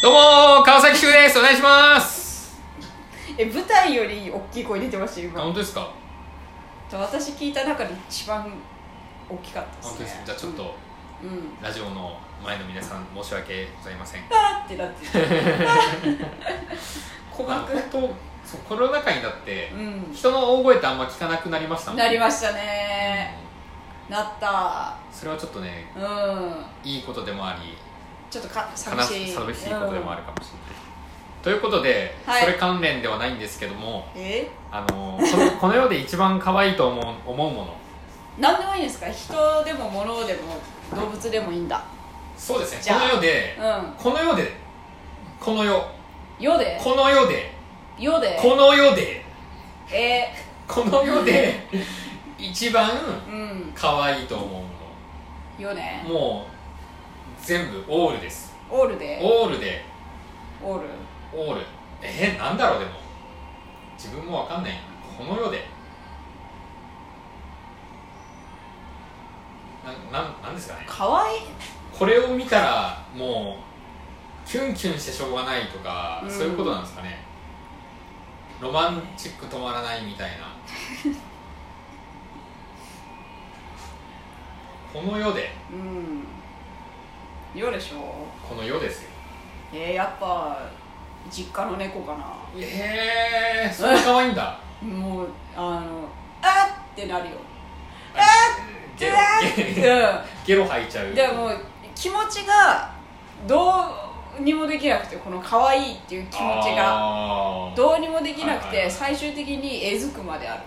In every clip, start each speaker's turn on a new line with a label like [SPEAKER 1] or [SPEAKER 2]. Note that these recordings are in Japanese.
[SPEAKER 1] どうもー川崎修ですお願いします
[SPEAKER 2] え舞台より大きい声出てましたよ
[SPEAKER 1] あ
[SPEAKER 2] 今
[SPEAKER 1] 本当ですか
[SPEAKER 2] と私聞いた中で一番大きかったです
[SPEAKER 1] 本
[SPEAKER 2] ね
[SPEAKER 1] 当ですじゃあちょっと
[SPEAKER 2] うん、うん
[SPEAKER 1] ラジオの前の皆さん申し訳ございません
[SPEAKER 2] あーってなって た鼓
[SPEAKER 1] あ
[SPEAKER 2] 膜
[SPEAKER 1] 本当そうコロナ禍になって
[SPEAKER 2] う
[SPEAKER 1] 人の大声ってあんま聞かなくなりましたも
[SPEAKER 2] ん
[SPEAKER 1] ん
[SPEAKER 2] なりま
[SPEAKER 1] し
[SPEAKER 2] したねなった
[SPEAKER 1] それはちょっとね
[SPEAKER 2] うん
[SPEAKER 1] いいことでもあり
[SPEAKER 2] ちょっとか
[SPEAKER 1] 悲
[SPEAKER 2] 寂
[SPEAKER 1] し
[SPEAKER 2] しい
[SPEAKER 1] い寂しいことでもあるかもしれない、ということで、
[SPEAKER 2] はい
[SPEAKER 1] それ関連ではないんですけども
[SPEAKER 2] うんえ
[SPEAKER 1] あのこの この世で一番可愛いと思う思うもの
[SPEAKER 2] 何でもいいんですか人でも物でも動物でもいいんだ
[SPEAKER 1] そうですね
[SPEAKER 2] じ
[SPEAKER 1] こ
[SPEAKER 2] ゃあ
[SPEAKER 1] の世で
[SPEAKER 2] うん
[SPEAKER 1] この世でこの世
[SPEAKER 2] 世で
[SPEAKER 1] この世で
[SPEAKER 2] 世で
[SPEAKER 1] この世で
[SPEAKER 2] え
[SPEAKER 1] この世で一番
[SPEAKER 2] うん
[SPEAKER 1] 可愛いと思うも
[SPEAKER 2] 世ね
[SPEAKER 1] のもう全部オールです
[SPEAKER 2] オールで
[SPEAKER 1] オールで
[SPEAKER 2] オール
[SPEAKER 1] オールえー、なんだろうでも自分もわかんないこの世でななんなんですかね
[SPEAKER 2] かわいい
[SPEAKER 1] これを見たらもうキュンキュンしてしょうがないとか、
[SPEAKER 2] うん
[SPEAKER 1] そういうことなんですかねロマンチック止まらないみたい なこの世で
[SPEAKER 2] うん世でしょ
[SPEAKER 1] この世ですよ
[SPEAKER 2] えー、やっぱ実家の猫かな
[SPEAKER 1] ええー、そんな可愛いん だ
[SPEAKER 2] もうあのあっってなるよ
[SPEAKER 1] ゲロゲロ
[SPEAKER 2] う
[SPEAKER 1] ゲロ吐いちゃうん
[SPEAKER 2] でも気持ちがどうにもできなくてこの可愛いっていう気持ちが
[SPEAKER 1] が
[SPEAKER 2] どうにもできなく
[SPEAKER 1] はいはいは
[SPEAKER 2] て
[SPEAKER 1] い
[SPEAKER 2] 最終的にえずくまである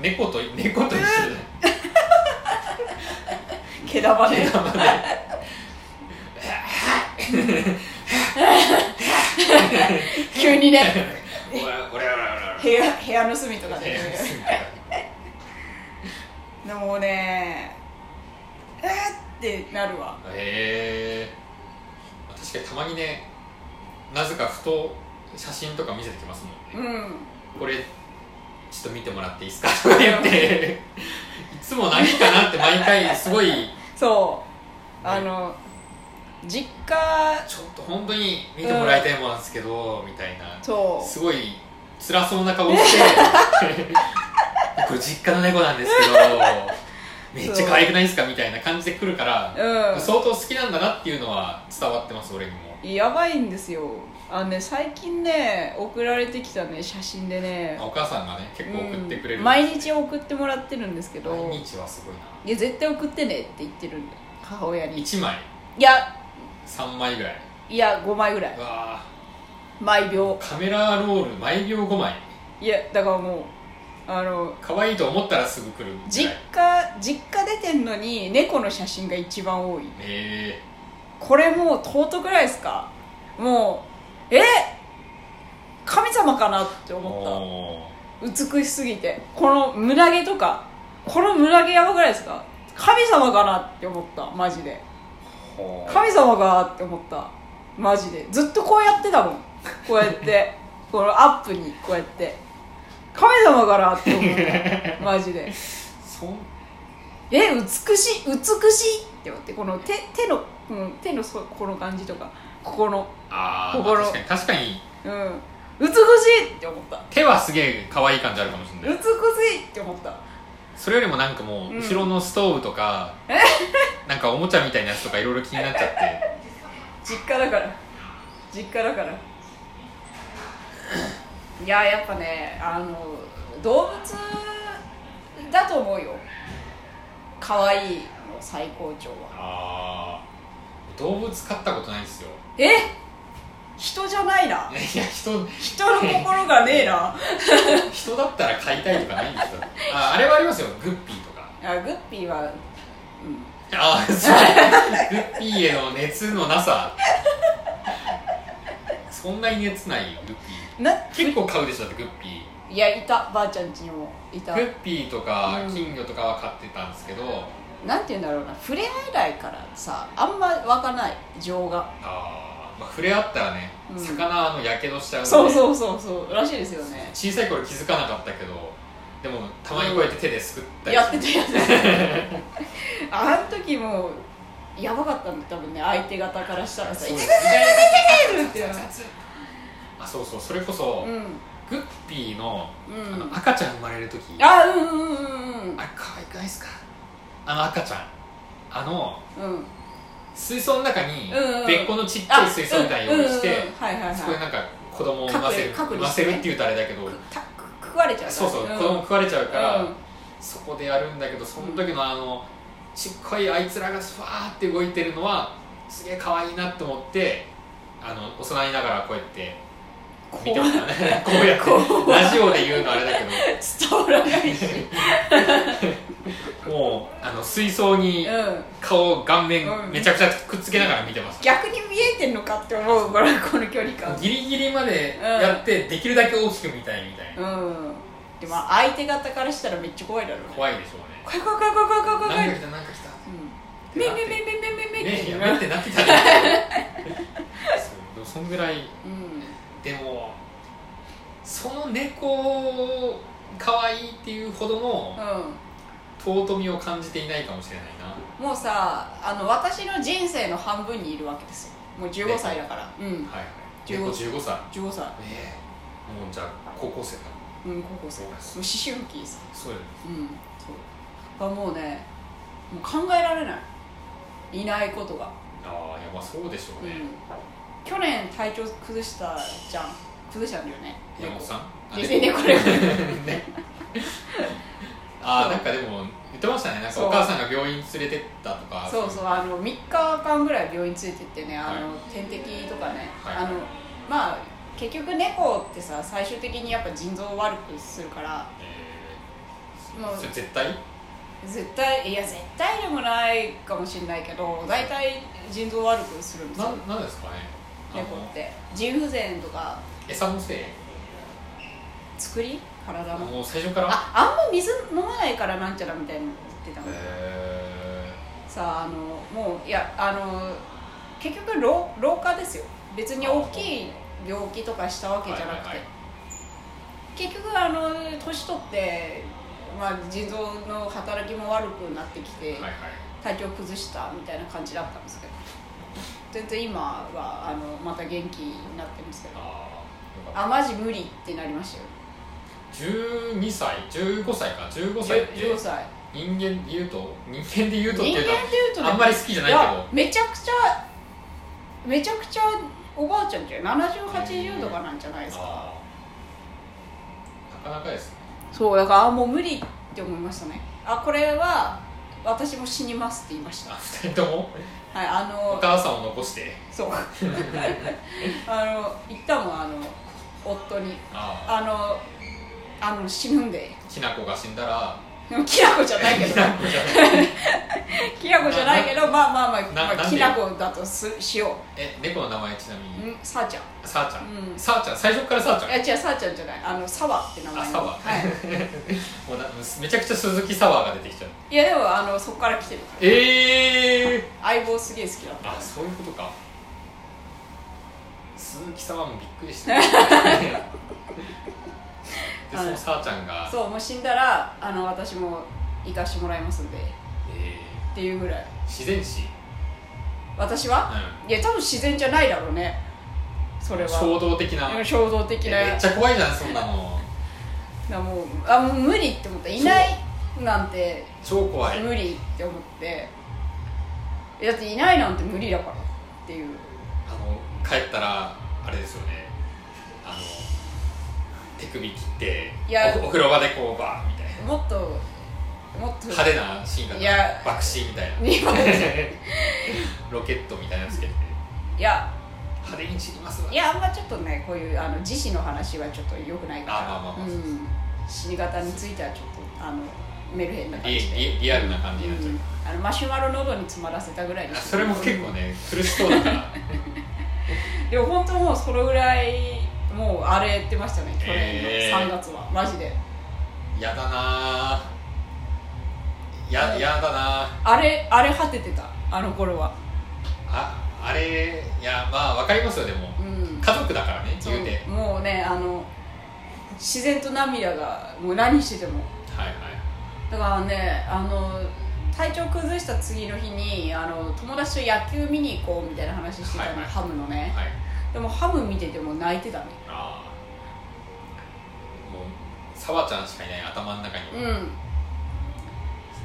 [SPEAKER 1] 猫と猫と一緒 だ
[SPEAKER 2] 毛玉で
[SPEAKER 1] 生で
[SPEAKER 2] 急にね
[SPEAKER 1] 俺は俺は俺は
[SPEAKER 2] 部屋部屋の隅とか
[SPEAKER 1] 俺
[SPEAKER 2] で
[SPEAKER 1] は
[SPEAKER 2] でもねえー、ってなるわ
[SPEAKER 1] へえ確かにたまにねなぜかふと写真とか見せてきますも
[SPEAKER 2] うん
[SPEAKER 1] ね、
[SPEAKER 2] ん
[SPEAKER 1] これちょっと見てもらっていいですか とか言っていつも何かなって毎回すごい
[SPEAKER 2] そうあの実家
[SPEAKER 1] ちょっと本当に見てもらいたいものなんですけど、みたいな
[SPEAKER 2] そう
[SPEAKER 1] すごい辛そうな顔して これ実家の猫なんですけどめっちゃ可愛くないですかみたいな感じで来るから、
[SPEAKER 2] う
[SPEAKER 1] 相当好きなんだなっていうのは伝わってます俺にも
[SPEAKER 2] んやばいんですよあのね最近ね送られてきたね写真でね
[SPEAKER 1] お母さんがね結構送ってくれる、
[SPEAKER 2] うん毎日送ってもらってるんですけど
[SPEAKER 1] 毎日はすごいない
[SPEAKER 2] や絶対送ってねって言ってるんだ母親にい
[SPEAKER 1] 1枚
[SPEAKER 2] や
[SPEAKER 1] 3枚ぐらい
[SPEAKER 2] いや5枚ぐらいう
[SPEAKER 1] わ
[SPEAKER 2] 毎秒
[SPEAKER 1] ーカメラロール毎秒5枚
[SPEAKER 2] いやだからもうあの
[SPEAKER 1] 可愛いと思ったらすぐ来る
[SPEAKER 2] 実
[SPEAKER 1] へ
[SPEAKER 2] 家実家出てんのに猫の写真が一番多い
[SPEAKER 1] え
[SPEAKER 2] これもう尊くないですかもうえ神様かなって
[SPEAKER 1] ー、
[SPEAKER 2] 思った
[SPEAKER 1] お
[SPEAKER 2] 美しすぎてこの胸毛とかこの胸毛やばくないですか神様かなって思ったマジで
[SPEAKER 1] ーほー
[SPEAKER 2] 神様かって思ったマジでずっとこうやってたもんこうやってこのアップにこうやって神様かなって思ったマジで
[SPEAKER 1] そん
[SPEAKER 2] え美しい美しいって思ってこの手手の、うん、手のそこの感じとかここの
[SPEAKER 1] あー、まあ
[SPEAKER 2] 心
[SPEAKER 1] 確かに確かに
[SPEAKER 2] うん美しいって思った
[SPEAKER 1] 手はすげえ可愛い感じあるかもしれ
[SPEAKER 2] 美
[SPEAKER 1] ない
[SPEAKER 2] しいって思った
[SPEAKER 1] それよりもなんかもう、
[SPEAKER 2] うん
[SPEAKER 1] 後ろのストーブとかなんかおもちゃみたいなやつとかいろいろ気になっちゃ って
[SPEAKER 2] 実家だから実家だからいややっぱねあの動物だと思うよ可愛いの最高潮は
[SPEAKER 1] ああ動物飼ったことないんですよ
[SPEAKER 2] え人じゃないない
[SPEAKER 1] や人
[SPEAKER 2] 人の心がねえなあ
[SPEAKER 1] 人だったら買いたいとかないんです よああれはありますよグッピーとか
[SPEAKER 2] グッピーはうん
[SPEAKER 1] ああそうグッピーへの熱のなさそんなに熱ないグッピ
[SPEAKER 2] な
[SPEAKER 1] ー結構買うでしょだってグッピー
[SPEAKER 2] いやいたばあちゃん家にもいた
[SPEAKER 1] グッピーとか
[SPEAKER 2] うん
[SPEAKER 1] 金魚とかは買ってたんですけど、
[SPEAKER 2] なんて言うんだろうな触れ合えないからさあんま湧かない情が
[SPEAKER 1] あーまあ触れ合ったらね、
[SPEAKER 2] うん
[SPEAKER 1] 魚あのやけどしちゃうんで
[SPEAKER 2] そうそうそうそうらしいですよね
[SPEAKER 1] 小さい頃気づかなかったけどでも たまにこうやって手ですくったり
[SPEAKER 2] やっててやっててあの時もうやばかったんだ多分ね相手方からしたらさ「
[SPEAKER 1] そ
[SPEAKER 2] 痛
[SPEAKER 1] う
[SPEAKER 2] く
[SPEAKER 1] です
[SPEAKER 2] ない
[SPEAKER 1] ね
[SPEAKER 2] っていうの
[SPEAKER 1] あそうそうそれこそ、
[SPEAKER 2] うん
[SPEAKER 1] グッピーの,、
[SPEAKER 2] うん
[SPEAKER 1] あの赤ちゃん生まれる時あ
[SPEAKER 2] あうんうんうんうん
[SPEAKER 1] れ可愛くないですかあの赤ちゃんあの
[SPEAKER 2] うん
[SPEAKER 1] 水槽の中に
[SPEAKER 2] うんうん
[SPEAKER 1] 別個のちっち
[SPEAKER 2] あ
[SPEAKER 1] ゃい水槽みたいに用意して、
[SPEAKER 2] うんうんうんはいはいはい
[SPEAKER 1] そこでなんか子供を産ませる
[SPEAKER 2] 隠れ隠れしてね
[SPEAKER 1] 産ませるって言うとあれだけど
[SPEAKER 2] くたく食われちゃうから
[SPEAKER 1] そうそう、
[SPEAKER 2] ん
[SPEAKER 1] 子供食われちゃうから、
[SPEAKER 2] うん
[SPEAKER 1] そこでやるんだけどその時のあのちっこいあいつらがふわーって動いてるのはすげえ可愛いなと思ってあの幼いながらこうやって見てましたね こうやってラジオで言うのあれだけ
[SPEAKER 2] 伝わらないし
[SPEAKER 1] どもうあの水槽に
[SPEAKER 2] うん
[SPEAKER 1] 顔顔面
[SPEAKER 2] うん
[SPEAKER 1] めちゃくちゃくっつけながら見てました、
[SPEAKER 2] 逆に見えてんのかって思うからこの距離感
[SPEAKER 1] ギリギリまでやってできるだけ大きく見たいみたいな、
[SPEAKER 2] うんでも相手方からしたらめっちゃ怖いだろうね
[SPEAKER 1] 怖いでしょうね
[SPEAKER 2] 怖い怖い怖い怖い怖い怖い怖
[SPEAKER 1] 何
[SPEAKER 2] い
[SPEAKER 1] か来た何か来た
[SPEAKER 2] うんめめめめめめ
[SPEAKER 1] ね
[SPEAKER 2] めめって
[SPEAKER 1] えや
[SPEAKER 2] 言う
[SPEAKER 1] め
[SPEAKER 2] な
[SPEAKER 1] てなってたねそうでもそんぐらい
[SPEAKER 2] うん
[SPEAKER 1] でもその猫可愛いっていうほどの
[SPEAKER 2] う
[SPEAKER 1] 尊みを感じていないかもしれないな、
[SPEAKER 2] んもうさあの私の人生の半分にいるわけですよもう15歳だからうん
[SPEAKER 1] はいはい
[SPEAKER 2] 15
[SPEAKER 1] 猫15歳ね
[SPEAKER 2] 15歳
[SPEAKER 1] えもうじゃあ高校生だ
[SPEAKER 2] うん高校生もう思春期さ
[SPEAKER 1] そうよね
[SPEAKER 2] うんそうがもうねもう考えられないいないことが
[SPEAKER 1] ああやばそうでしょう
[SPEAKER 2] う
[SPEAKER 1] ね
[SPEAKER 2] ん去年体調崩したじゃん崩したんだよね
[SPEAKER 1] 山本さんあ
[SPEAKER 2] 別にねこれ
[SPEAKER 1] ね ああなんかでも言ってましたねなん
[SPEAKER 2] そう
[SPEAKER 1] かお母さんが病院連れてったとか
[SPEAKER 2] そうそう
[SPEAKER 1] は
[SPEAKER 2] あの3日間ぐらい病院ついてってねあの、
[SPEAKER 1] は
[SPEAKER 2] 点滴とかね、
[SPEAKER 1] はい
[SPEAKER 2] あのまあ結局猫ってさ最終的にやっぱ腎臓を悪くするから
[SPEAKER 1] え
[SPEAKER 2] も
[SPEAKER 1] ー、それ
[SPEAKER 2] う
[SPEAKER 1] 絶対
[SPEAKER 2] 絶対いや絶対でもないかもしれないけど大体腎臓を悪くするんです
[SPEAKER 1] な
[SPEAKER 2] よ
[SPEAKER 1] なんですかねあの
[SPEAKER 2] 猫って腎不全とか
[SPEAKER 1] 餌のせい
[SPEAKER 2] 作り体の
[SPEAKER 1] もう最初から
[SPEAKER 2] ああんま水飲まないからなんちゃらみたいに言ってたの
[SPEAKER 1] へ
[SPEAKER 2] さああのもういやあの結局老老化ですよ別に大きい病気とかしたわけじゃなくて、
[SPEAKER 1] はいはいはい
[SPEAKER 2] 結局あの年取って、まあ、腎臓の働きも悪くなってきて、
[SPEAKER 1] ーはいはい
[SPEAKER 2] 体調崩したみたいな感じだったんですけど全然今はあのまた元気になってるんですけど
[SPEAKER 1] あーよかっ
[SPEAKER 2] あマジ無理ってなりましたよ
[SPEAKER 1] た12歳15歳か15歳って
[SPEAKER 2] 15歳
[SPEAKER 1] 人間で言うと人間で言うとっていう
[SPEAKER 2] 人間って
[SPEAKER 1] か
[SPEAKER 2] いうとね
[SPEAKER 1] あんまり好きじゃないけ
[SPEAKER 2] やめちゃくちゃめちゃくちゃおばあちゃんじゃない7080とかなんじゃないです
[SPEAKER 1] ど
[SPEAKER 2] か
[SPEAKER 1] あーなかなかですね
[SPEAKER 2] そうだからあもう無理って思いましたねあこれは私も死にますって言いました
[SPEAKER 1] あ2人とも
[SPEAKER 2] はいあ
[SPEAKER 1] お
[SPEAKER 2] の
[SPEAKER 1] 母さんを残して
[SPEAKER 2] そうあの言ったもんあの夫に
[SPEAKER 1] あ
[SPEAKER 2] あのあの死ぬんで
[SPEAKER 1] あきなこが死んだら
[SPEAKER 2] でもきなこじゃないけど
[SPEAKER 1] き なこじゃない
[SPEAKER 2] きなこじゃないけどまあまあまあ、
[SPEAKER 1] な
[SPEAKER 2] ま
[SPEAKER 1] な
[SPEAKER 2] あ、
[SPEAKER 1] ん
[SPEAKER 2] き
[SPEAKER 1] で
[SPEAKER 2] なこだとすしよ
[SPEAKER 1] え猫の名前ちなみ
[SPEAKER 2] う
[SPEAKER 1] に
[SPEAKER 2] んさあちゃん
[SPEAKER 1] さーちゃん、
[SPEAKER 2] うん
[SPEAKER 1] さーちゃん最初からさーちゃん
[SPEAKER 2] いや違うさあちゃんじゃないあのサワって名前
[SPEAKER 1] あ
[SPEAKER 2] の
[SPEAKER 1] サワ
[SPEAKER 2] はい
[SPEAKER 1] もうなめちゃくちゃ鈴木サワーが出てきちゃう
[SPEAKER 2] いやでもあのそこから来てるから
[SPEAKER 1] ええー、
[SPEAKER 2] 相棒すげえ好きだった
[SPEAKER 1] あそういうことか鈴木様もびっくりして るでそのさーちゃんが、
[SPEAKER 2] そうもう死んだらあの私も行かしてもらいますんでっ
[SPEAKER 1] え
[SPEAKER 2] ていうぐら
[SPEAKER 1] ー
[SPEAKER 2] い
[SPEAKER 1] 自然史
[SPEAKER 2] 私は、いや多分自然じゃないだろうねそれは
[SPEAKER 1] 衝動的な
[SPEAKER 2] うん衝動的
[SPEAKER 1] え
[SPEAKER 2] な
[SPEAKER 1] めっちゃ怖いじゃんそんなの
[SPEAKER 2] なもうあもう無理って思ったいないなんて
[SPEAKER 1] 超怖い
[SPEAKER 2] 無理って思ってだっていないなんて無理だからっていう
[SPEAKER 1] あの帰ったらあれですよねあの手首切って
[SPEAKER 2] いや
[SPEAKER 1] おお風呂場でこうバーみたいな
[SPEAKER 2] もっともっと
[SPEAKER 1] 派手なシーンが
[SPEAKER 2] いや
[SPEAKER 1] 爆死みたいな ロケットみたいなやつけて
[SPEAKER 2] いや
[SPEAKER 1] 派手に散りますわ
[SPEAKER 2] いやあんまちょっとねこういうあの自死の話はちょっと良くないから
[SPEAKER 1] あまあまあまあ
[SPEAKER 2] うん、死に方についてはちょっとあのメルヘンな感
[SPEAKER 1] リ
[SPEAKER 2] じで
[SPEAKER 1] リリアルな感じになっちゃう、
[SPEAKER 2] うんあのマシュマロ喉に詰まらせたぐらいに
[SPEAKER 1] あそれも結構ね苦しそうだ から
[SPEAKER 2] でも本当もうそれぐらいもう荒れてましたね去
[SPEAKER 1] え
[SPEAKER 2] 年
[SPEAKER 1] ー
[SPEAKER 2] の3月は、マジで
[SPEAKER 1] やだなぁややだなぁ
[SPEAKER 2] 荒れ荒れ果ててたあの頃は
[SPEAKER 1] ああれいやまあわかりますよでも
[SPEAKER 2] うん
[SPEAKER 1] 家族だからね
[SPEAKER 2] そう
[SPEAKER 1] 言うて
[SPEAKER 2] もうねあの自然と涙がもう何してても
[SPEAKER 1] はいはい
[SPEAKER 2] だからねあの体調崩した次の日にあの友達と野球見に行こうみたいな話してたの、
[SPEAKER 1] はいはい
[SPEAKER 2] ハムのね
[SPEAKER 1] はい
[SPEAKER 2] でもハム見てても泣いてたね
[SPEAKER 1] ああもう沙和ちゃんしかいない頭の中
[SPEAKER 2] う
[SPEAKER 1] に
[SPEAKER 2] ん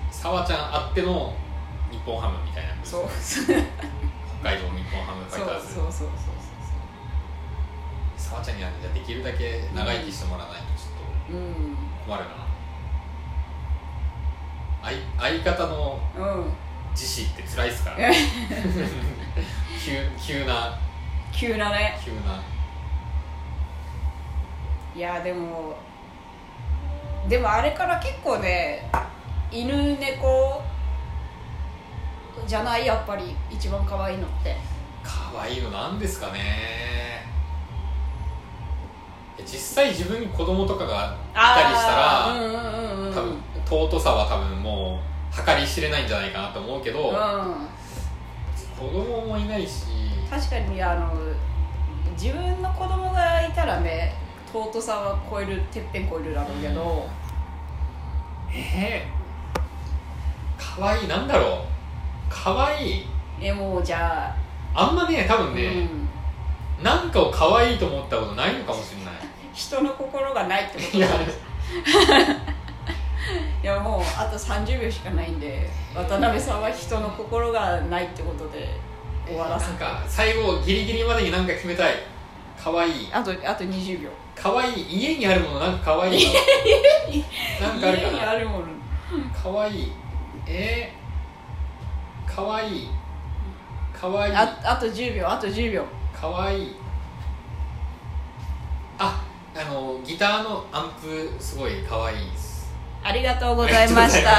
[SPEAKER 1] 沙和、ちゃんあっての日本ハムみたいな
[SPEAKER 2] そう そう
[SPEAKER 1] 北海道日本ハムファ
[SPEAKER 2] そ
[SPEAKER 1] イ
[SPEAKER 2] う
[SPEAKER 1] タ
[SPEAKER 2] そう
[SPEAKER 1] ーズ
[SPEAKER 2] そうそう
[SPEAKER 1] 沙和ちゃんにはじゃあできるだけ長生きしてもらわないとちょっ
[SPEAKER 2] そううん
[SPEAKER 1] と困るな相相方の
[SPEAKER 2] うん
[SPEAKER 1] 自死って辛いっすから 急急な
[SPEAKER 2] 急なね
[SPEAKER 1] 急ない
[SPEAKER 2] やでもでもあれから結構ね犬猫じゃないやっぱり一番可愛いのって
[SPEAKER 1] 可愛いのなんですかね実際自分に子供とかがいたりしたら、
[SPEAKER 2] あーうんうんうんうん
[SPEAKER 1] 多分尊さは多分もう計り知れないんじゃないかなと思うけど、
[SPEAKER 2] うん
[SPEAKER 1] 子供もいないし
[SPEAKER 2] 確かにあの自分の子供がいたらね尊さは超えるてっぺん超えるだろうけど
[SPEAKER 1] えー、かわいいなんだろうかわいい
[SPEAKER 2] えもうじゃあ、
[SPEAKER 1] あんまね多分
[SPEAKER 2] う
[SPEAKER 1] ね、
[SPEAKER 2] ん、
[SPEAKER 1] なんかをかわいいと思ったことないのかもしれない
[SPEAKER 2] 人の心がないってこと
[SPEAKER 1] いや
[SPEAKER 2] いやもうあと30秒しかないんで渡辺さんは人の心がないってことで終わらせ
[SPEAKER 1] なんか最後ギリギリまでになんか決めたいかわいい
[SPEAKER 2] あとあと20秒
[SPEAKER 1] かわいい家にあるものなんかかわい いななんかある
[SPEAKER 2] 家に
[SPEAKER 1] か
[SPEAKER 2] あるもの
[SPEAKER 1] なかわいいえー、かわいいかわいい
[SPEAKER 2] ああと10秒あと10秒
[SPEAKER 1] かわいいああのギターのアンプすごいかわいいです
[SPEAKER 2] ありがとうございました